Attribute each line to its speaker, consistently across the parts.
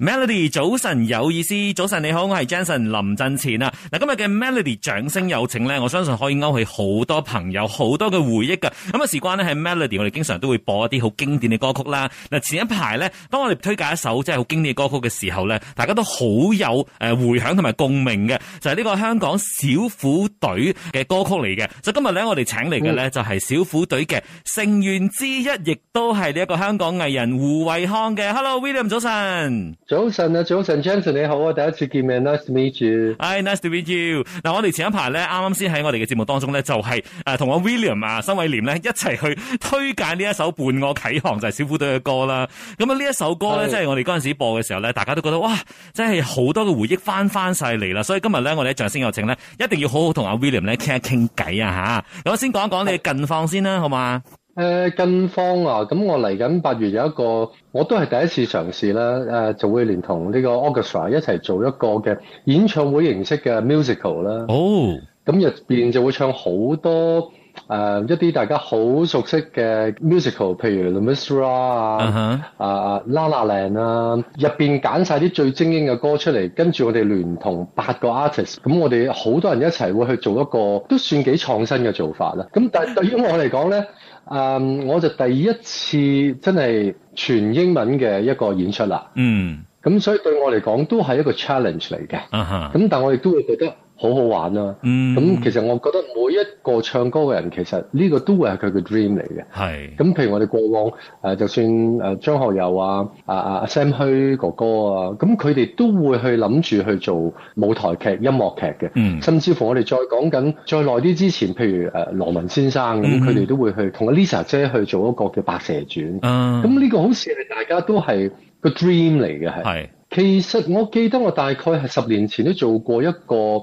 Speaker 1: Melody 早晨有意思，早晨你好，我係 Jason 林振前啊！嗱，今日嘅 Melody 掌聲有請咧，我相信可以勾起好多朋友好多嘅回憶噶。咁啊，事關呢，係 Melody，我哋經常都會播一啲好經典嘅歌曲啦。嗱，前一排咧，當我哋推介一首即係好經典嘅歌曲嘅時候咧，大家都好有誒回響同埋共鳴嘅，就係、呢個香港小虎隊嘅歌曲嚟嘅。所以今日咧，我哋請嚟嘅咧就係小虎隊嘅成員之一，亦都係呢一個香港藝人胡慧康嘅。Hello William，早晨。
Speaker 2: 早晨啊，早晨，Johnson 你好啊，第一次見面，nice to meet you。
Speaker 1: Hi, nice to meet you。嗱，我哋前一排咧，啱啱先喺我哋嘅節目當中咧，就係誒同阿 William 啊、辛偉廉咧一齊去推介呢一首《伴我啟航》就係、小虎隊嘅歌啦。咁啊，呢一首歌咧，
Speaker 2: 係
Speaker 1: 即係我哋嗰陣時播嘅時候咧，大家都覺得哇，真係好多嘅回憶翻翻晒嚟啦。所以今日咧，我哋喺掌聲有請咧，一定要好好同阿 William 咧傾一傾偈啊吓。咁我先講一講你嘅近況先啦，好嘛？
Speaker 2: 誒、近況啊，咁我嚟緊八月有一個，我都係第一次嘗試啦。誒、就會連同呢個 orchestra 一齊做一個嘅演唱會形式嘅 musical 啦。
Speaker 1: 哦，
Speaker 2: 咁入邊就會唱好多誒、呃一啲大家好熟悉嘅 musical，譬如《Le Misera》
Speaker 1: 嗯
Speaker 2: 啊、
Speaker 1: 哼，
Speaker 2: 啊啊《La La Land》啊，入邊揀晒啲最精英嘅歌出嚟，跟住我哋聯同八個 artist，咁我哋好多人一齊會去做一個都算幾創新嘅做法啦。咁但係對 於我嚟講咧，誒我就第一次真係全英文嘅一個演出啦。
Speaker 1: 嗯，
Speaker 2: 咁所以對我嚟講都係一個 challenge 嚟嘅。
Speaker 1: 啊哈，
Speaker 2: 咁但我亦都會覺得好好玩啦、
Speaker 1: 嗯，
Speaker 2: 咁其實我覺得每一個唱歌嘅人，其實呢個都會係佢嘅 dream 嚟嘅。
Speaker 1: 嗯係，
Speaker 2: 咁譬如我哋過往誒、呃就算誒、呃張學友啊、啊啊 Sam 虛哥哥啊，咁佢哋都會去諗住去做舞台劇、音樂劇嘅。
Speaker 1: 嗯，
Speaker 2: 甚至乎我哋再講緊再耐啲之前，譬如誒、呃、羅文先生咁，
Speaker 1: 嗯
Speaker 2: 佢哋、都會去同阿 Lisa 姐去做一個叫《白蛇傳》
Speaker 1: 啊，
Speaker 2: 咁呢個好似係大家都係個 dream 嚟嘅，係。
Speaker 1: 係，
Speaker 2: 其實我記得我大概係十年前都做過一個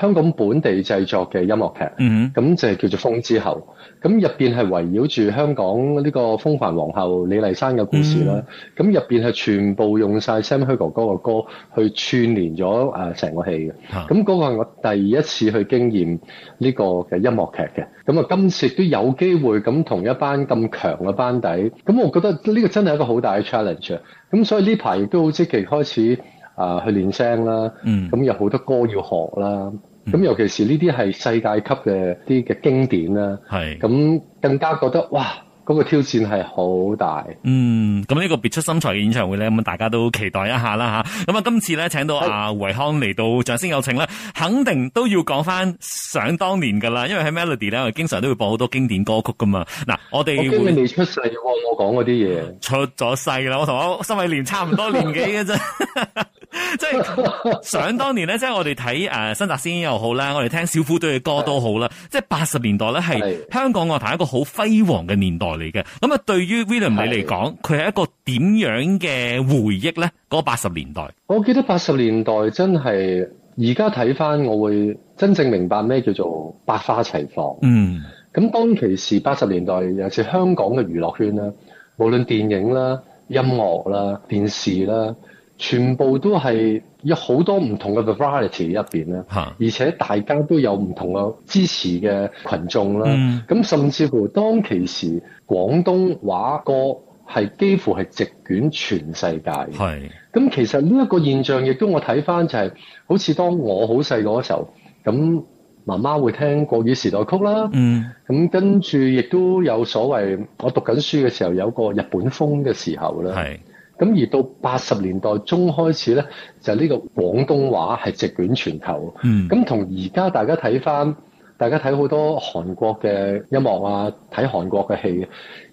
Speaker 2: 香港本地製作嘅音樂劇，
Speaker 1: 嗯
Speaker 2: 咁就係叫做《風之後》。咁入邊係圍繞住香港呢個風帆皇后李麗珊嘅故事啦。咁入邊係全部用晒 Sam 虛哥哥嘅歌去串連咗誒成個戲嘅。
Speaker 1: 哼，啊
Speaker 2: 咁嗰個係我第一次去經驗呢個嘅音樂劇嘅，咁啊今次亦都有機會咁同一班咁強嘅班底，咁我覺得呢個真係一個好大嘅 challenge 啊！咁所以呢排亦都好積極開始啊、去練聲啦，
Speaker 1: 嗯，
Speaker 2: 咁有好多歌要學啦，
Speaker 1: 嗯
Speaker 2: 咁尤其是呢啲係世界級嘅啲嘅經典啦，
Speaker 1: 係。
Speaker 2: 咁更加覺得哇嗰、個挑戰係好大。
Speaker 1: 嗯，咁呢個別出心裁嘅演唱會咧，咁大家都期待一下啦吓。咁啊，今次咧請到
Speaker 2: 係
Speaker 1: 阿維康嚟到掌聲有請啦，肯定都要講翻想當年噶啦，因為喺 Melody 咧，我哋經常都會播好多經典歌曲噶嘛。嗱，我哋
Speaker 2: 我驚
Speaker 1: 會
Speaker 2: 你未出世喎，我講嗰啲嘢。
Speaker 1: 出咗世啦，我同我辛偉廉差唔多年紀嘅 啫。即係想當年咧，即係我哋睇誒新澤先又好啦，我哋聽小虎隊嘅歌都好啦。即係八十年代咧，係
Speaker 2: 係
Speaker 1: 香港樂壇一個好輝煌嘅年代嚟嘅。咁啊，對於 William 你嚟講，佢係一個點樣嘅回憶咧？嗰八十年代，
Speaker 2: 我記得八十年代真係，而家睇翻我會真正明白咩叫做百花齊放。
Speaker 1: 嗯
Speaker 2: 咁當其時八十年代，尤其是香港嘅娛樂圈啦，無論電影啦、音樂啦、電視啦，全部都係有好多唔同嘅 variety 入邊啦，
Speaker 1: 嚇，
Speaker 2: 而且大家都有唔同嘅支持嘅群眾啦。
Speaker 1: 嗯
Speaker 2: 咁甚至乎當其時廣東話歌係幾乎係席捲全世界嘅。
Speaker 1: 係
Speaker 2: 咁其實呢一個現象，亦都我睇翻就係、好似當我好細個嗰時候，咁媽媽會聽國語時代曲啦，
Speaker 1: 嗯
Speaker 2: 咁跟住亦都有所謂我讀緊書嘅時候有個日本風嘅時候啦，
Speaker 1: 係
Speaker 2: 咁而到八十年代中開始咧，就呢個廣東話係席捲全球，
Speaker 1: 嗯
Speaker 2: 咁同而家大家睇翻。大家睇好多韓國嘅音樂啊，睇韓國嘅戲，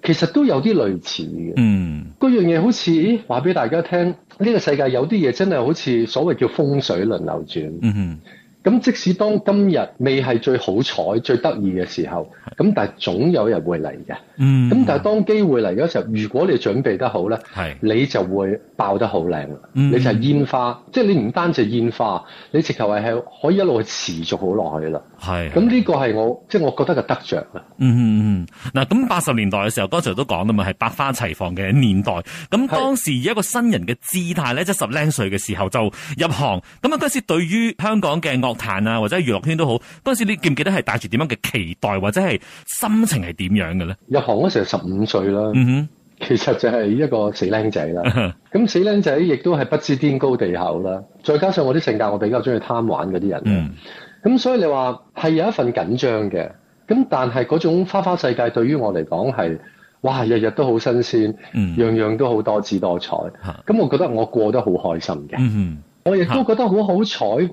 Speaker 2: 其實都有啲類似嘅。
Speaker 1: 嗯
Speaker 2: 嗰樣嘢好似咦話俾大家聽，呢、個世界有啲嘢真係好似所謂叫風水輪流轉。
Speaker 1: 嗯哼
Speaker 2: 咁即使當今日未係最好彩、最得意嘅時候，咁但係總有人會嚟嘅。咁
Speaker 1: 嗯，
Speaker 2: 但係當機會嚟嘅時候，如果你準備得好咧，
Speaker 1: 係
Speaker 2: 你就會爆得好靚啦。
Speaker 1: 嗯
Speaker 2: 你就係煙花，即係你唔單止係煙花，你直頭係係可以一路持續好落去啦。
Speaker 1: 係
Speaker 2: 咁呢個係我即係我覺得嘅得着啊！
Speaker 1: 嗯嗯嗯，嗱咁八十年代嘅時候，剛才都講啦嘛，係百花齊放嘅年代。咁當時以一個新人嘅姿態咧，即係十零歲嘅時候就入行。咁啊，嗰陣時對於香港嘅樂壇啊，或者娛樂圈都好，嗰陣時你記唔記得係帶住點樣嘅期待，或者係心情係點樣嘅咧？
Speaker 2: 入行嗰時係十五歲啦。
Speaker 1: 嗯
Speaker 2: 其實就係一個死僆仔 啦。咁死僆仔亦都係不知天高地厚啦。再加上我啲性格，我比較中意貪玩嗰啲人。啊咁、
Speaker 1: 嗯
Speaker 2: 所以你話係有一份緊張嘅，咁但係嗰種花花世界對於我嚟講係，哇！日日都好新鮮，
Speaker 1: 嗯
Speaker 2: 樣樣都好多姿多彩。
Speaker 1: 嚇
Speaker 2: 咁我覺得我過得好開心嘅，
Speaker 1: 嗯
Speaker 2: 我亦都覺得好好彩。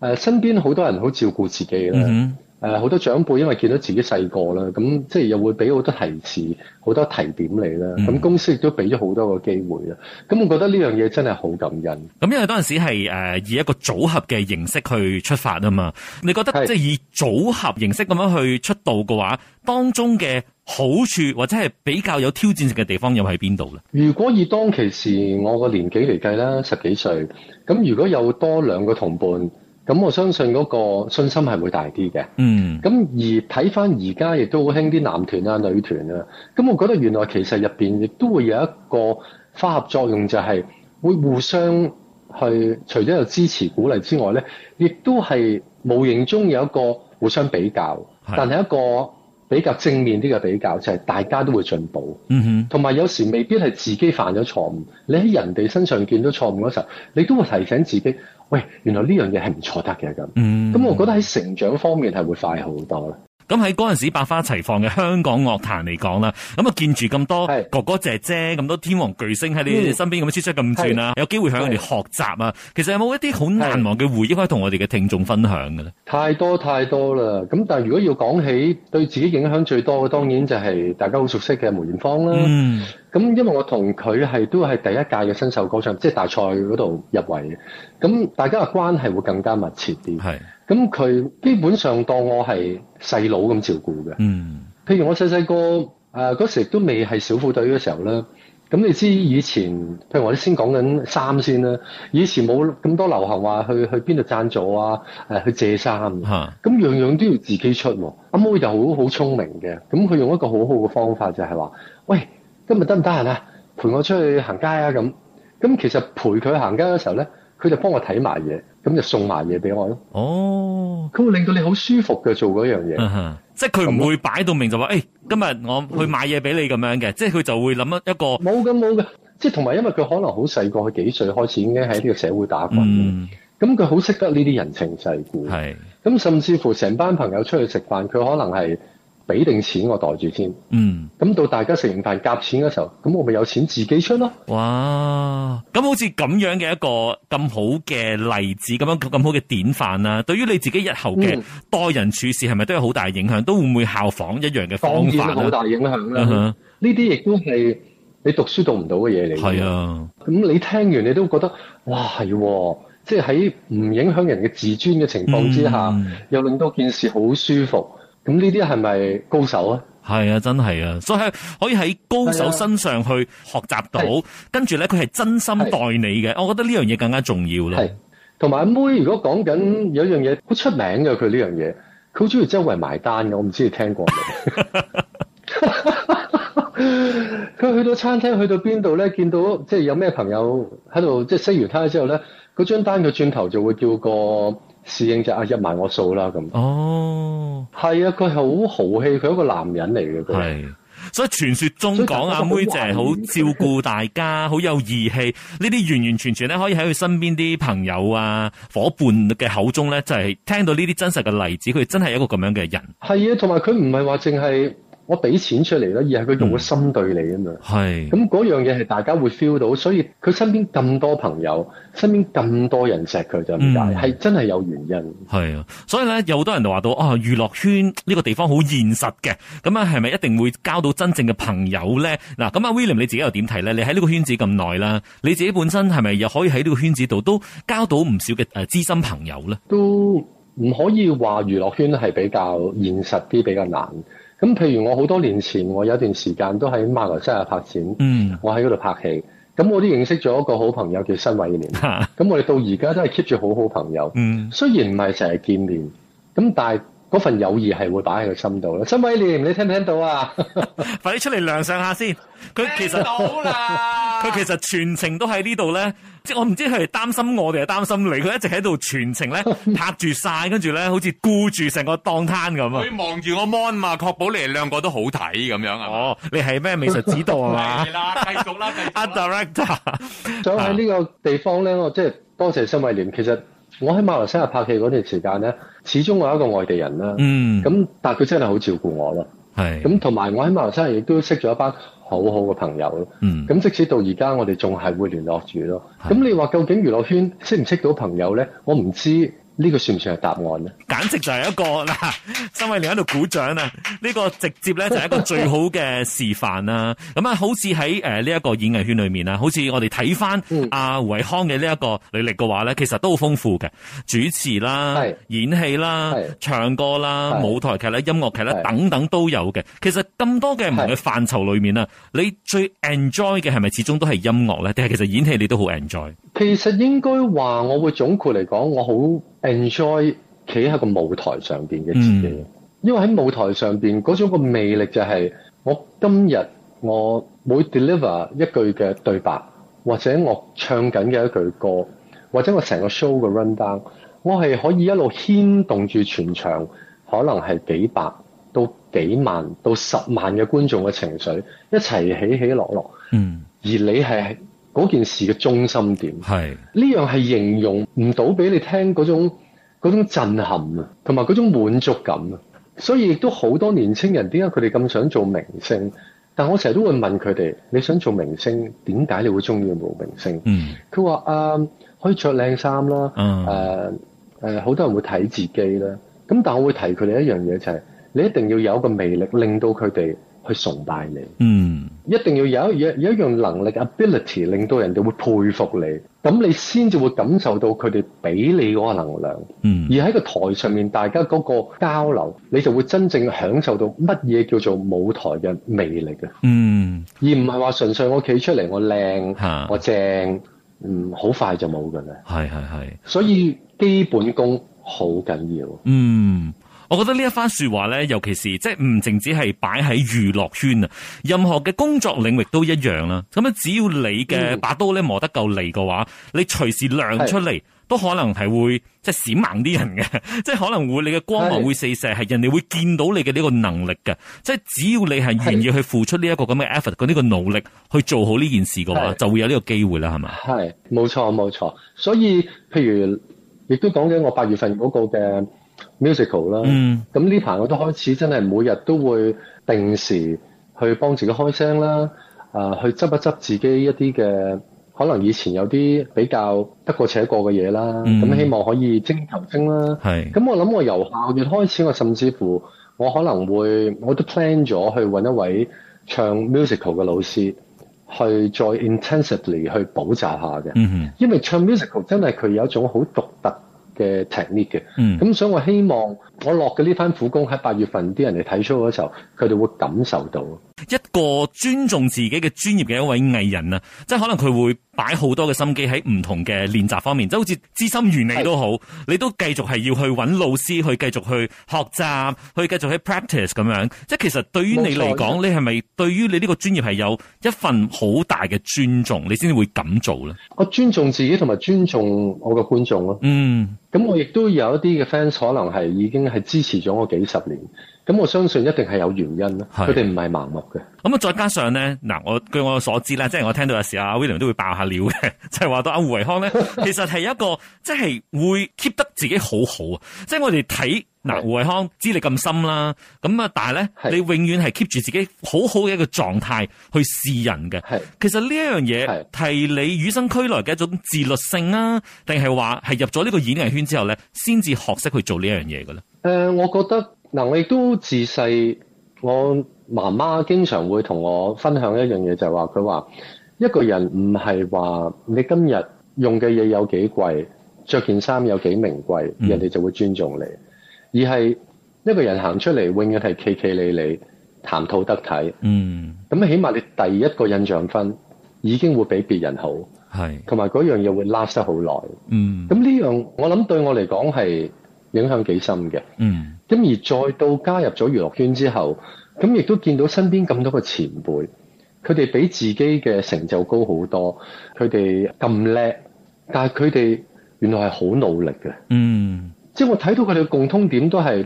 Speaker 2: 誒身邊好多人好照顧自己
Speaker 1: 哼
Speaker 2: 啦。
Speaker 1: 嗯哼
Speaker 2: 誒呃好多長輩因為見到自己細個啦，咁即係又會俾好多提示、好多提點你啦。咁、
Speaker 1: 嗯
Speaker 2: 公司亦都俾咗好多個機會啦。咁我覺得呢樣嘢真係好感恩。
Speaker 1: 咁因為嗰陣時係誒呃以一個組合嘅形式去出發啊嘛，你覺得
Speaker 2: 係
Speaker 1: 即係以組合形式咁樣去出道嘅話，當中嘅好處或者係比較有挑戰性嘅地方又喺邊度咧？
Speaker 2: 如果以當其時我個年紀嚟計啦，十幾歲，咁如果有多兩個同伴，咁我相信嗰個信心係會大啲嘅。
Speaker 1: 嗯
Speaker 2: 咁而睇翻而家亦都好興啲男團啊、女團啊，咁我覺得原來其實入邊亦都會有一個化合作用，就係會互相去除咗有支持鼓勵之外咧，亦都係無形中有一個互相比較，
Speaker 1: 係
Speaker 2: 但係一個比較正面啲嘅比較，就係大家都會進步，
Speaker 1: 嗯哼
Speaker 2: 同埋有時未必係自己犯咗錯誤，你喺人哋身上見到錯誤嗰時候，你都會提醒自己，喂，原來呢樣嘢係唔錯得嘅咁。
Speaker 1: 嗯，
Speaker 2: 咁我覺得喺成長方面係會快好多啦。
Speaker 1: 咁喺嗰陣時百花齊放嘅香港樂壇嚟講啦，咁啊見住咁多
Speaker 2: 係
Speaker 1: 哥哥姐姐咁多天王巨星喺你
Speaker 2: 嗯
Speaker 1: 身邊咁樣穿梭咁轉啊，有機會向佢哋學習啊，其實有冇一啲好難忘嘅回憶可以同我哋嘅聽眾分享嘅咧？
Speaker 2: 太多太多啦，咁但係如果要講起對自己影響最多嘅，當然就係大家好熟悉嘅梅艷芳啦。
Speaker 1: 嗯
Speaker 2: 咁、因為我同佢係都係第一屆嘅新秀歌唱，即係大賽嗰度入圍嘅，咁大家嘅關係會更加密切啲。
Speaker 1: 係
Speaker 2: 咁佢基本上當我係細佬咁照顧嘅。
Speaker 1: 嗯
Speaker 2: 譬如我細細個誒嗰時都未係小虎隊嘅時候咧，咁你知以前，譬如我哋先講緊衫先啦，以前冇咁多流行話去去邊度贊助啊，誒、去借衫嘅，
Speaker 1: 嚇
Speaker 2: 咁樣樣都要自己出喎、阿妹就好好聰明嘅，咁佢用一個好好嘅方法就係話：喂，今日得唔得閒啊？陪我出去行街啊咁。咁其實陪佢行街嘅時候咧，佢就幫我睇埋嘢，咁就送埋嘢俾我咯。
Speaker 1: 哦。
Speaker 2: 佢會令到你好舒服嘅做嗰樣嘢。
Speaker 1: 嗯哼即係佢唔會擺到明就話，誒、
Speaker 2: 啊
Speaker 1: 今日我去買嘢俾你咁樣嘅，即係佢就會諗一一個，
Speaker 2: 冇嘅冇嘅，即係同埋因為佢可能好細個，佢幾歲開始已經喺呢個社會打滾，
Speaker 1: 嗯，
Speaker 2: 咁佢好識得呢啲人情世故，
Speaker 1: 係，
Speaker 2: 咁甚至乎成班朋友出去食飯，佢可能係俾定錢我袋住先，
Speaker 1: 嗯，
Speaker 2: 咁到大家食完飯夾錢嘅時候，咁我咪有錢自己出咯。
Speaker 1: 哇，咁好似咁樣嘅一個咁好嘅例子，咁樣咁好嘅典範啦，對於你自己日後嘅
Speaker 2: 嗯
Speaker 1: 待人處事係咪都有好大影響？都會唔會效仿一樣嘅
Speaker 2: 當
Speaker 1: 方法
Speaker 2: 然好
Speaker 1: 咧？
Speaker 2: 大影響
Speaker 1: 嗯
Speaker 2: 啦
Speaker 1: 哼，
Speaker 2: 呢啲亦都係你讀書讀唔到嘅嘢嚟。
Speaker 1: 係，啊，
Speaker 2: 咁你聽完你都覺得哇係喎，即係喺唔影響人嘅自尊嘅情況之下，
Speaker 1: 嗯
Speaker 2: 又令到件事好舒服。咁呢啲係咪高手啊？
Speaker 1: 係啊，真係啊，所以係可以喺高手
Speaker 2: 係啊
Speaker 1: 身上去學習到
Speaker 2: 係，
Speaker 1: 跟住咧佢係真心
Speaker 2: 係
Speaker 1: 待你嘅，我覺得呢樣嘢更加重要咯。
Speaker 2: 係，同埋阿妹，如果講緊有一樣嘢好出名嘅，佢呢樣嘢，佢好中意周圍埋單嘅，我唔知你聽過 未？佢去到餐廳，去到邊度咧，見到即係有咩朋友喺度，即係識完攤之後咧，嗰張單佢轉頭就會叫個侍應就啊入埋我數啦咁。
Speaker 1: 哦。
Speaker 2: 係啊，佢係好豪氣，佢係一個男人嚟嘅佢。
Speaker 1: 係，所以傳說中
Speaker 2: 所以大
Speaker 1: 講
Speaker 2: 家
Speaker 1: 阿
Speaker 2: 都好
Speaker 1: 妹姐
Speaker 2: 懷
Speaker 1: 好
Speaker 2: 念
Speaker 1: 照顧大 家，好有義氣，呢啲完完全全咧可以喺佢身邊啲朋友啊、伙伴嘅口中咧，就係、聽到呢啲真實嘅例子，佢真係一個咁樣嘅人。
Speaker 2: 係啊，同埋佢唔係話淨係我俾錢出嚟啦，而係佢用個心對你啊嘛。
Speaker 1: 係，
Speaker 2: 咁嗰樣嘢係大家會 feel 到，所以佢身邊咁多朋友，身邊咁多人錫佢就點解？
Speaker 1: 嗯
Speaker 2: 係、真係有原因。
Speaker 1: 係啊，所以咧有好多人就話到啊，娛樂圈呢個地方好現實嘅，咁啊係咪一定會交到真正嘅朋友咧？嗱，咁啊 William 你自己又點睇咧？你喺呢個圈子咁耐啦，你自己本身係咪又可以喺呢個圈子度都交到唔少嘅誒知心朋友咧？
Speaker 2: 都唔可以話娛樂圈係比較現實啲，比較難。咁譬如我好多年前，我有一段時間都喺馬來西亞拍展，
Speaker 1: 嗯，
Speaker 2: 我喺嗰度拍戲，咁我都認識咗一個好朋友叫新偉廉。
Speaker 1: 嚇
Speaker 2: 咁我哋到而家都係 keep 住好好朋友。
Speaker 1: 嗯。
Speaker 2: 雖然唔係成日見面，咁但係嗰份友誼係會擺喺佢心度啦。新偉廉，你聽唔聽到啊？
Speaker 1: 哎 快啲出嚟亮相下先。佢其實
Speaker 3: 到 啦，
Speaker 1: 佢其實全程都喺呢度咧，即係我唔知佢係擔心我哋係擔心你，佢一直喺度全程 咧拍住晒，跟住咧好似顧住成個檔攤咁啊！
Speaker 3: 佢望住我 mon 嘛，確保你哋兩個都好睇咁樣係嘛？
Speaker 1: 哦，你係咩美術指導啊嘛
Speaker 3: 係？啦，繼續啦，繼 續
Speaker 1: 啊
Speaker 3: 啦
Speaker 1: director，
Speaker 2: 想
Speaker 1: 啊
Speaker 2: 喺呢個地方咧，我即係多謝新威廉。其實我喺馬來西亞拍戲嗰段時間咧，始終我係一個外地人啦。
Speaker 1: 嗯，
Speaker 2: 咁但係佢真係好照顧我咯。
Speaker 1: 係，
Speaker 2: 咁同埋我喺馬來西亞亦都識咗一班好好嘅朋友咯。
Speaker 1: 嗯，
Speaker 2: 咁即使到而家，我哋仲係會聯絡住咯。
Speaker 1: 係
Speaker 2: 咁你話究竟娛樂圈識唔識到朋友咧？我唔知呢個算唔算係答案咧？
Speaker 1: 簡直就係一個嗱，新偉廉喺度鼓掌啊！呢、個直接咧就係一個最好嘅示範啦。咁啊，好似喺誒呢一個演藝圈裏面啊，好似我哋睇翻
Speaker 2: 嗯
Speaker 1: 阿胡偉康嘅呢一個履歷嘅話咧，其實都好豐富嘅，主持啦
Speaker 2: 係、
Speaker 1: 演戲啦
Speaker 2: 係、
Speaker 1: 唱歌啦、
Speaker 2: 係
Speaker 1: 舞台劇啦、音樂劇啦
Speaker 2: 係
Speaker 1: 等等都有嘅。其實咁多嘅唔同嘅範疇裏面啊，你最 enjoy 嘅係咪始終都係音樂咧？定係其實演戲你都好 enjoy？
Speaker 2: 其實應該話，我會總括嚟講，我好 enjoy 企喺個舞台上邊嘅自己，
Speaker 1: 嗯
Speaker 2: 因為喺舞台上邊嗰種個魅力就係、我今日我每 deliver 一句嘅對白，或者我唱緊嘅一句歌，或者我成個 show 嘅 run down，我係可以一路牽動住全場，可能係幾百到幾萬到十萬嘅觀眾嘅情緒一齊起起落落，
Speaker 1: 嗯，
Speaker 2: 而你係嗰件事嘅中心點。
Speaker 1: 係。
Speaker 2: 呢樣係形容唔到俾你聽嗰種嗰種震撼啊，同埋嗰種滿足感啊。所以亦都好多年青人點解佢哋咁想做明星？但我成日都會問佢哋：你想做明星，點解你會中意做明星？
Speaker 1: 嗯，
Speaker 2: 佢話：啊，可以着靚衫啦，
Speaker 1: 嗯
Speaker 2: 誒誒，好多人會睇自己啦。咁但我會提佢哋一樣嘢就係、你一定要有一個魅力，令到佢哋去崇拜你。
Speaker 1: 嗯，
Speaker 2: 一定要有一有有一樣能力 ability，令到人哋會佩服你，咁你先至會感受到佢哋俾你嗰個能量。
Speaker 1: 嗯
Speaker 2: 而，喺個台上面，大家嗰個交流，你就會真正享受到乜嘢叫做舞台嘅魅力嘅，
Speaker 1: 嗯，
Speaker 2: 而唔係話純粹我企出嚟我靚
Speaker 1: 嚇
Speaker 2: 我正，嗯，好快就冇㗎啦。
Speaker 1: 係係係。
Speaker 2: 所以基本功好緊要。
Speaker 1: 嗯，我覺得呢一番说話咧，尤其是即係唔淨止係擺喺娛樂圈啊，任何嘅工作領域都一樣啦。咁樣只要你嘅
Speaker 2: 嗯
Speaker 1: 把刀咧磨得夠利嘅話，你隨時亮出嚟。都可能係會即係閃盲啲人嘅，即係可能會你嘅光芒
Speaker 2: 係
Speaker 1: 會四射，係人哋會見到你嘅呢個能力嘅。即係只要你係願意去付出呢一個咁嘅 effort，嗰呢個努力去做好呢件事嘅話，
Speaker 2: 係
Speaker 1: 就會有呢個機會啦，係嘛？
Speaker 2: 係，冇錯冇錯。所以譬如亦都講緊我八月份嗰個嘅 musical 啦。
Speaker 1: 嗯
Speaker 2: 咁呢排我都開始真係每日都會定時去幫自己開聲啦，啊、去執一執自己一啲嘅可能以前有啲比較得過且過嘅嘢啦，
Speaker 1: 嗯
Speaker 2: 咁、希望可以精益求精啦。
Speaker 1: 係，
Speaker 2: 咁我諗我由下個月開始，我甚至乎我可能會我都 plan 咗去揾一位唱 musical 嘅老師去再 intensively 去補習下嘅，
Speaker 1: 嗯哼，
Speaker 2: 因為唱 musical 真係佢有一種好獨特嘅 technique 嘅。
Speaker 1: 嗯，
Speaker 2: 咁所以我希望我落嘅呢番苦功喺八月份啲人嚟睇 show 嗰時候，佢哋會感受到。
Speaker 1: 一個尊重自己嘅專業嘅一位藝人啊，即係可能佢會擺好多嘅心機喺唔同嘅練習方面，即係好似資深原理都好，你都繼續係要去揾老師去繼續去學習，去繼續去 practice 咁樣。即係其實對於你嚟
Speaker 2: 冇錯
Speaker 1: 講，你係咪對於你呢個專業係有一份好大嘅尊重，你先至會咁做咧？
Speaker 2: 我尊重自己同埋尊重我嘅觀眾咯。
Speaker 1: 嗯
Speaker 2: 咁我亦都有一啲嘅 fans 可能係已經係支持咗我幾十年，咁我相信一定係有原因啦。
Speaker 1: 係
Speaker 2: 佢哋唔係盲目嘅。
Speaker 1: 咁啊，再加上咧，嗱，我據我所知 啦，即係我聽到有時啊阿 William 都會爆下料嘅， 就係話到阿胡維康 咧，其實係一個即係會 keep 得自己好好啊！即係我哋睇嗱，
Speaker 2: 係
Speaker 1: 胡維康資歷咁深啦，咁啊，但係咧，
Speaker 2: 係
Speaker 1: 你永遠係 keep 住自己好好嘅一個狀態去試人嘅。
Speaker 2: 係
Speaker 1: 其實呢一樣嘢
Speaker 2: 係
Speaker 1: 係你與生俱來嘅一種自律性啊，定係話係入咗呢個演藝圈之後咧，先至學識去做呢一樣嘢嘅咧？
Speaker 2: 誒、我覺得嗱、我亦都自細，我媽媽經常會同我分享一樣嘢，就係話佢話一個人唔係話你今日用嘅嘢有幾貴，着件衫有幾名貴，
Speaker 1: 嗯
Speaker 2: 人哋就會尊重你，而係一個人行出嚟，永遠係企企理理，談吐得體。
Speaker 1: 嗯，
Speaker 2: 咁起碼你第一個印象分已經會比別人好，
Speaker 1: 係，
Speaker 2: 同埋嗰樣嘢會 last 得好耐。
Speaker 1: 嗯，
Speaker 2: 咁呢樣我諗對我嚟講係影響幾深嘅。
Speaker 1: 嗯，
Speaker 2: 咁而再到加入咗娛樂圈之後，咁亦都見到身邊咁多個前輩，佢哋比自己嘅成就高好多，佢哋咁叻，但係佢哋原來係好努力嘅。
Speaker 1: 嗯
Speaker 2: 即係我睇到佢哋嘅共通點都係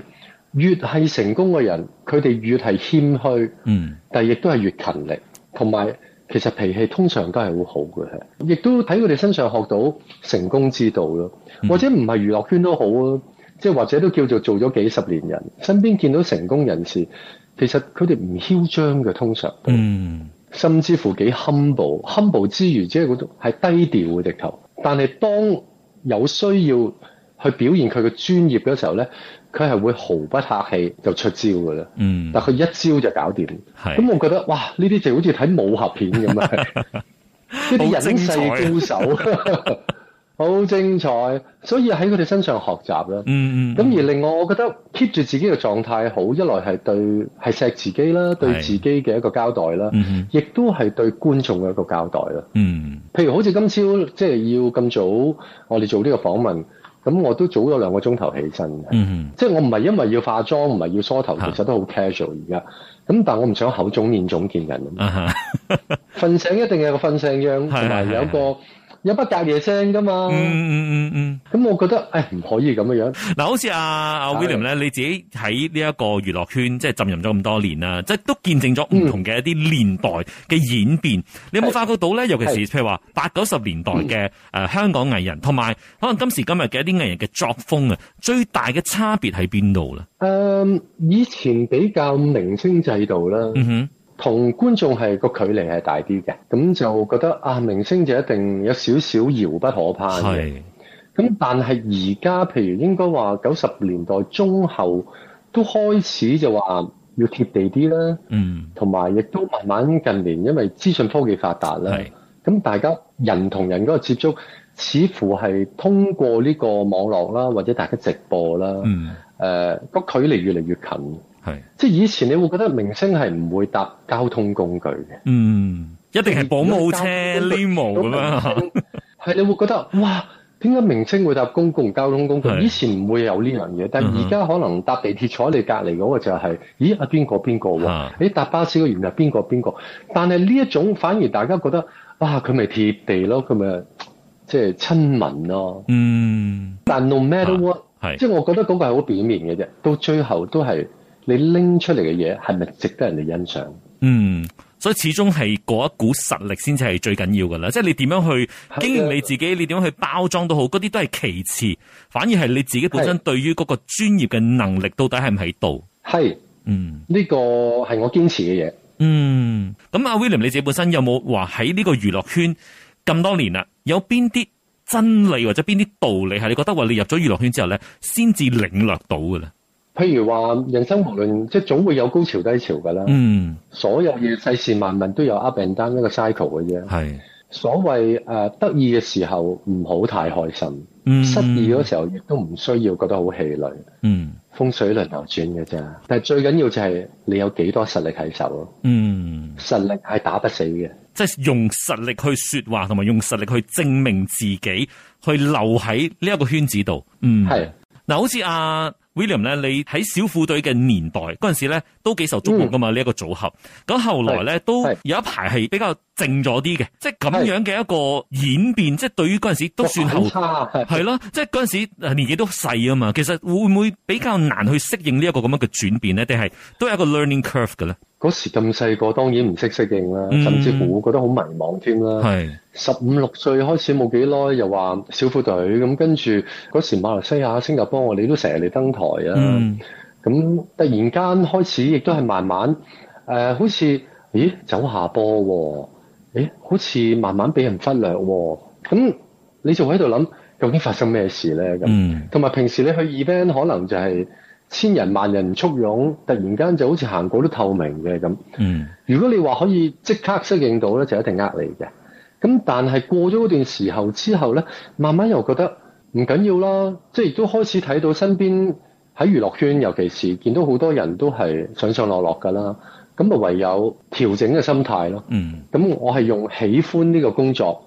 Speaker 2: 越係成功嘅人，佢哋越係謙虛，
Speaker 1: 嗯
Speaker 2: 但係亦都係越勤力，同埋其實脾氣通常都係好好嘅，亦都喺佢哋身上學到成功之道咯。
Speaker 1: 嗯
Speaker 2: 或者唔係娛樂圈都好啊，即係或者都叫做做咗幾十年人，身邊見到成功人士，其實佢哋唔囂張嘅，通常都。
Speaker 1: 嗯
Speaker 2: 甚至乎幾 humble，humble 之餘，即係嗰種係低調嘅直頭。但係當有需要去表現佢嘅專業嘅時候咧，佢係會毫不客氣就出招㗎啦。
Speaker 1: 嗯，
Speaker 2: 但佢一招就搞掂。
Speaker 1: 係
Speaker 2: 咁我覺得哇，呢啲就好似睇武俠片咁啊， 呢啲隱世高手， 好精彩。所以喺佢哋身上學習啦。
Speaker 1: 嗯嗯，
Speaker 2: 咁而另外，我覺得 keep 住自己嘅狀態好，一來係對係錫自己啦，對
Speaker 1: 係
Speaker 2: 自己嘅一個交代啦。
Speaker 1: 嗯
Speaker 2: 亦都係對觀眾嘅一個交代啦。
Speaker 1: 嗯
Speaker 2: 譬如好似今朝即係要咁早，我哋做呢個訪問，咁我都早咗兩個鐘頭起身嘅。
Speaker 1: 嗯
Speaker 2: 即係我唔係因為要化妝，唔係要梳頭，
Speaker 1: 啊
Speaker 2: 其實都好 casual 而家。咁但係我唔想口腫面腫見人啊嘛。
Speaker 1: 啊哈，
Speaker 2: 瞓醒一定有個瞓醒樣，同
Speaker 1: 係
Speaker 2: 埋
Speaker 1: 係
Speaker 2: 有個有不隔夜聲㗎嘛。
Speaker 1: 嗯嗯嗯嗯。
Speaker 2: 咁我覺得誒唔可以咁嘅樣。
Speaker 1: 嗱，好似阿阿 William 咧，你自己喺呢一個娛樂圈即係浸淫咗咁多年啦，即係都見證咗唔同嘅一啲年代嘅演變。你有冇發覺到咧？尤其是譬如話八九十年代嘅誒香港藝人，同埋可能今時今日嘅一啲藝人嘅作風啊，最大嘅差別喺邊度咧？
Speaker 2: 誒、嗯以前比較明星制度啦。
Speaker 1: 嗯哼，
Speaker 2: 同觀眾係個距離係大啲嘅，咁就覺得啊，明星就一定有少少遙不可攀嘅。
Speaker 1: 啊係，
Speaker 2: 咁但係而家，譬如應該話九十年代中後都開始就話要貼地啲啦，
Speaker 1: 嗯，
Speaker 2: 同埋亦都慢慢近年因為資訊科技發達啦，
Speaker 1: 係，
Speaker 2: 咁大家人同人嗰個接觸，似乎係通過呢個網絡啦，或者大家直播啦，誒、
Speaker 1: 嗯，
Speaker 2: 個距離越嚟越近。
Speaker 1: 係，
Speaker 2: 即係以前你會覺得明星係唔會搭交通工具嘅。
Speaker 1: 嗯，一定係保姆車、
Speaker 2: 如果
Speaker 1: limo 咁啊樣嚇，
Speaker 2: 係你會覺得哇，點解明星會搭公共交通工具？
Speaker 1: 係
Speaker 2: 以前唔會有呢樣嘢，但
Speaker 1: 嗯哼
Speaker 2: 係而家可能搭地鐵坐喺你隔離嗰個就係、咦啊邊個邊個
Speaker 1: 啊
Speaker 2: 喎？誒搭巴士嗰個原來邊個邊個？但係呢一種反而大家覺得哇，佢咪貼地咯，佢咪即係親民咯。
Speaker 1: 嗯，
Speaker 2: 但 no matter what，
Speaker 1: 係
Speaker 2: 即。係我覺得嗰個係好表面嘅啫，到最後都係你拎出嚟嘅嘢係咪值得人哋欣賞？
Speaker 1: 嗯，所以始終係嗰一股實力先至係最緊要噶啦，即係你點樣去
Speaker 2: 係啊
Speaker 1: 經營你自己，你點樣去包裝都好，嗰啲都係其次，反而係你自己本身對於嗰個專業嘅能力到底係唔喺度？
Speaker 2: 係
Speaker 1: 嗯
Speaker 2: 呢個係我堅持嘅嘢。
Speaker 1: 嗯，咁阿 William 你自己本身有冇話喺呢個娛樂圈咁多年啦，有邊啲真理或者邊啲道理係你覺得話你入咗娛樂圈之後咧，先至領略到嘅咧？
Speaker 2: 譬如話，人生無論即係總會有高潮低潮㗎啦。
Speaker 1: 嗯，
Speaker 2: 所有嘢世事萬物都有 up and down 一個 cycle 嘅啫。
Speaker 1: 係，
Speaker 2: 所謂誒、呃得意嘅時候唔好太開心，
Speaker 1: 嗯，
Speaker 2: 失意嗰時候亦都唔需要覺得好氣餒。
Speaker 1: 嗯
Speaker 2: 風水輪流轉嘅啫，但係最緊要就係你有幾多實力喺手咯。
Speaker 1: 嗯。
Speaker 2: 實力係打不死嘅，
Speaker 1: 即係用實力去說話，同埋用實力去證明自己，去留喺呢一個圈子度。嗯，
Speaker 2: 係
Speaker 1: 嗱，好似阿、William 咧，你喺小虎隊嘅年代嗰陣時咧，都幾受矚目噶嘛呢一個組合。咁後來咧都
Speaker 2: 係
Speaker 1: 有一排係比較靜咗啲嘅，即係咁
Speaker 2: 係
Speaker 1: 樣嘅一個演變，即係對於嗰陣時都算
Speaker 2: 好
Speaker 1: 後。
Speaker 2: 差。啊係
Speaker 1: 係咯，即係嗰陣時呃年紀都細啊嘛，其實會唔會比較難去適應呢一個咁樣嘅轉變咧？定係都有一個 learning curve 嘅咧？
Speaker 2: 嗰時咁細個，當然唔識適應啦，
Speaker 1: 嗯
Speaker 2: 甚至乎會覺得好迷茫添啦。
Speaker 1: 係，
Speaker 2: 十五六歲開始冇幾耐，又話小虎隊咁，跟住嗰時馬來西亞、新加坡，我哋都成日嚟登台啊。
Speaker 1: 嗯，
Speaker 2: 咁、突然間開始，亦都係慢慢誒、呃好似咦走下坡喎、咦好似慢慢俾人忽略喎、咁你就喺度諗，究竟發生咩事咧？咁
Speaker 1: 嗯，
Speaker 2: 同埋平時你去 event 可能就係千人萬人簇擁，突然間就好似行過都透明嘅咁。
Speaker 1: 嗯，
Speaker 2: 如果你話可以即刻適應到咧，就一定呃你嘅。咁但係過咗嗰段時候之後咧，慢慢又覺得唔緊要啦，即係亦都開始睇到身邊喺娛樂圈，尤其是見到好多人都係上上落落㗎啦。咁咪唯有調整嘅心態咯。
Speaker 1: 嗯，
Speaker 2: 咁我係用喜歡呢個工作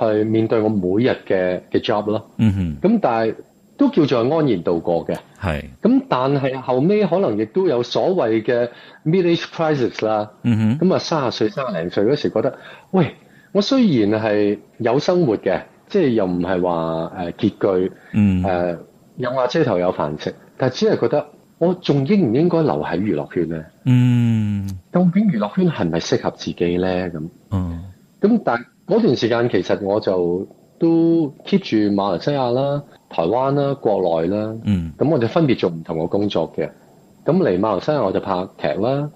Speaker 2: 去面對我每日嘅嘅 job 咯。
Speaker 1: 嗯哼。
Speaker 2: 咁但係都叫做安然度過嘅。
Speaker 1: 係，
Speaker 2: 咁但係後尾可能亦都有所謂嘅 mid-age crisis 啦。
Speaker 1: 嗯哼，
Speaker 2: 咁啊，三十歲、三十零歲嗰時覺得，喂，我雖然係有生活嘅，即係又唔係話誒拮據，
Speaker 1: 嗯，
Speaker 2: 誒、有瓦遮頭有飯食，但係只係覺得我仲應唔應該留喺娛樂圈咧？
Speaker 1: 嗯，
Speaker 2: 究竟娛樂圈係咪適合自己咧？咁
Speaker 1: 嗯，
Speaker 2: 咁但係嗰段時間其實我就都 keep 住馬來西亞啦、台灣啦、國內啦，
Speaker 1: 嗯，
Speaker 2: 咁我就分別做唔同嘅工作嘅。咁嚟馬來西亞我就拍劇啦，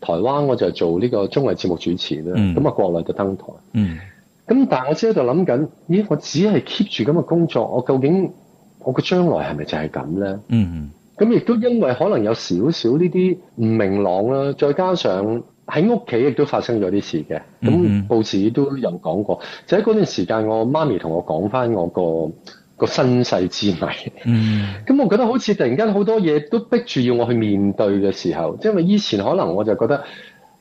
Speaker 2: 台灣我就做呢個綜藝節目主持啦，
Speaker 1: 嗯
Speaker 2: 咁啊、國內就登台。
Speaker 1: 嗯，
Speaker 2: 咁但係我只喺度諗緊，咦？我只係 keep 住咁嘅工作，我究竟我嘅將來係咪就係咁咧？
Speaker 1: 嗯，
Speaker 2: 咁亦都因為可能有少少呢啲唔明朗啦，再加上喺屋企亦都發生咗啲事嘅，
Speaker 1: 嗯
Speaker 2: 咁報紙都有講過。就喺嗰段時間，我媽咪同我講翻我個個身世之謎。
Speaker 1: 嗯，
Speaker 2: 咁我覺得好似突然間好多嘢都逼住要我去面對嘅時候，因為以前可能我就覺得，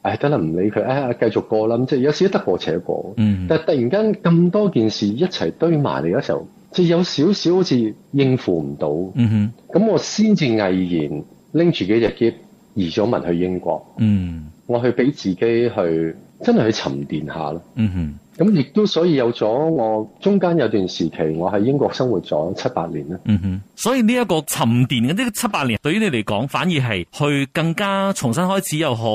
Speaker 2: 唉得啦，唔理佢，唉繼續過啦。咁即係有時得過且過。
Speaker 1: 嗯，
Speaker 2: 但係突然間咁多件事一齊堆埋嚟嘅時候，即係有少少好似應付唔到。
Speaker 1: 嗯哼，
Speaker 2: 咁我先至毅然拎住幾隻箧移咗民去英國，
Speaker 1: 嗯，
Speaker 2: 我去俾自己去真係去沉澱下咯。
Speaker 1: 嗯哼，
Speaker 2: 咁亦都所以有咗我中間有段時期，我喺英國生活咗七八年啦。
Speaker 1: 嗯哼，所以呢一個沉澱嘅呢七八年，對於你嚟講，反而係去更加重新開始又好，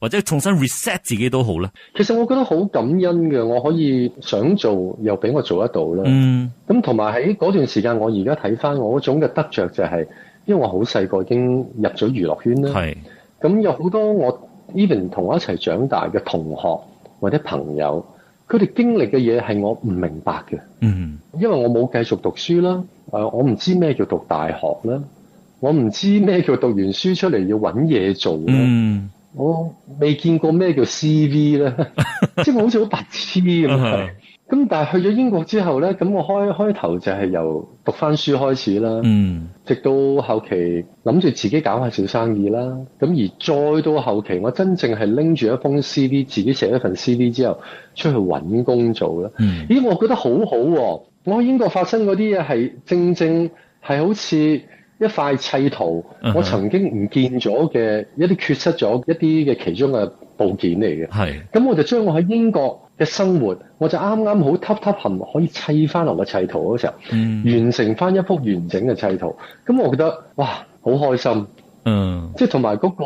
Speaker 1: 或者重新 reset 自己都好啦。
Speaker 2: 其實我覺得好感恩嘅，我可以想做又俾我做得到啦。
Speaker 1: 嗯，
Speaker 2: 咁同埋喺嗰段時間，我而家睇翻我嗰種嘅得着就係、因為我好細個已經入咗娛樂圈啦。
Speaker 1: 係，
Speaker 2: 咁有好多我 even 同我一齊長大嘅同學或者朋友，佢哋經歷嘅嘢係我唔明白嘅，
Speaker 1: 嗯，
Speaker 2: 因為我冇繼續讀書啦，誒、我唔知咩叫讀大學啦，我唔知咩叫讀完書出嚟要揾嘢做啦，
Speaker 1: 嗯，
Speaker 2: 我未見過咩叫 CV 啦，即係我好似好白痴咁。
Speaker 1: 嗯
Speaker 2: 係咁但係去咗英國之後咧，咁我開開頭就係由讀翻書開始啦。
Speaker 1: 嗯，
Speaker 2: 直到後期諗住自己搞下小生意啦，咁而再到後期，我真正係拎住一封 CV，自己寫一份 CV 之後，出去揾工做啦。
Speaker 1: 嗯，
Speaker 2: 咦，我覺得好好、喎！我喺英國發生嗰啲嘢係正正係好似一塊砌圖
Speaker 1: 嗯哼
Speaker 2: 我曾經唔見咗嘅一啲缺失咗一啲嘅其中嘅部件嚟嘅。
Speaker 1: 係，
Speaker 2: 咁我就將我喺英國嘅生活，我就啱啱好揼揼冚可以砌翻落個砌圖嗰時候。
Speaker 1: 嗯，
Speaker 2: 完成翻一幅完整嘅砌圖，咁我覺得哇，好開心，
Speaker 1: 嗯，
Speaker 2: 即係同埋嗰個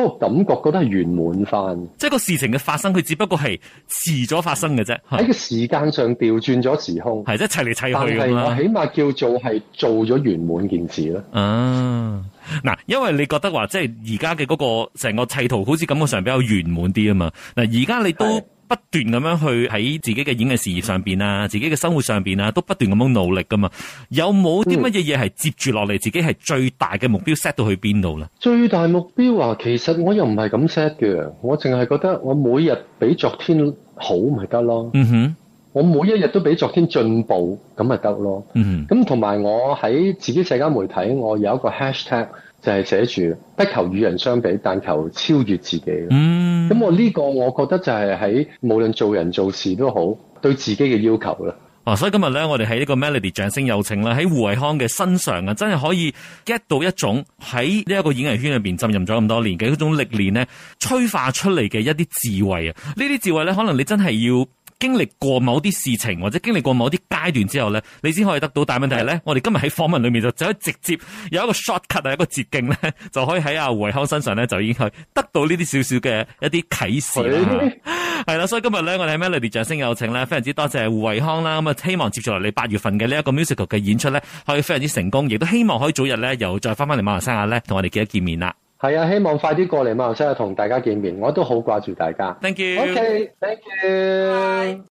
Speaker 2: 嗰、個感覺，覺得係圓滿翻。
Speaker 1: 即係個事情嘅發生，佢只不過係遲咗發生嘅啫，
Speaker 2: 喺
Speaker 1: 係，
Speaker 2: 個時間上調轉咗時空，
Speaker 1: 係即係砌嚟砌
Speaker 2: 但
Speaker 1: 去
Speaker 2: 係
Speaker 1: 咁
Speaker 2: 我
Speaker 1: 啦。
Speaker 2: 起碼叫做係做咗圓滿件事啦。
Speaker 1: 啊，嗱，因為你覺得話即係而家嘅嗰個成個砌圖，好似感覺上比較圓滿啲啊嘛。嗱，而家你都
Speaker 2: 係
Speaker 1: 不斷咁樣去喺自己嘅演藝事業上邊啊，自己嘅生活上邊啊，都不斷咁樣努力噶嘛。有冇啲乜嘢嘢係接住落嚟，自己係最大嘅目標 set 到去邊度咧？
Speaker 2: 最大目標啊，其實我又唔係咁 set 嘅，我淨係覺得我每日比昨天好咪得咯，
Speaker 1: 嗯哼，
Speaker 2: 我每一日都比昨天進步咁咪得咯。
Speaker 1: 嗯
Speaker 2: 咁同埋我喺自己社交媒體，我有一個 hashtag 就係寫住不求與人相比，但求超越自己。
Speaker 1: 哼，嗯，
Speaker 2: 咁我呢個我覺得就係喺無論做人做事都好，對自己嘅要求啦。
Speaker 1: 啊，所以今日咧，我哋喺呢個 Melody 掌聲有請啦，喺胡慧康嘅身上啊，真係可以 get 到一種喺呢一個演藝圈入邊浸淫咗咁多年嘅嗰種歷練咧，催化出嚟嘅一啲智慧啊！呢啲智慧咧，可能你真係要經歷過某啲事情，或者經歷過某啲階段之後咧，你先可以得到。但係問題係咧，我哋今日喺訪問裏面就就可以直接有一個 shortcut 啊，一個捷徑咧，就可以喺阿胡慧康身上咧就已經去得到呢啲少少嘅一啲啟示啦。 系啦，所以今日咧，我哋喺 Melody 掌聲有請咧，非常之多謝胡慧康啦。咁啊，希望接住落嚟八月份嘅呢一個 musical 嘅演出咧，可以非常之成功，亦都希望可以早日咧又再翻翻嚟馬來西亞咧，同我哋記得見面啦。
Speaker 2: 係啊，希望快啲過嚟馬來西亞同大家見面，我都好掛住大家。
Speaker 1: Thank you。
Speaker 2: OK，thank you。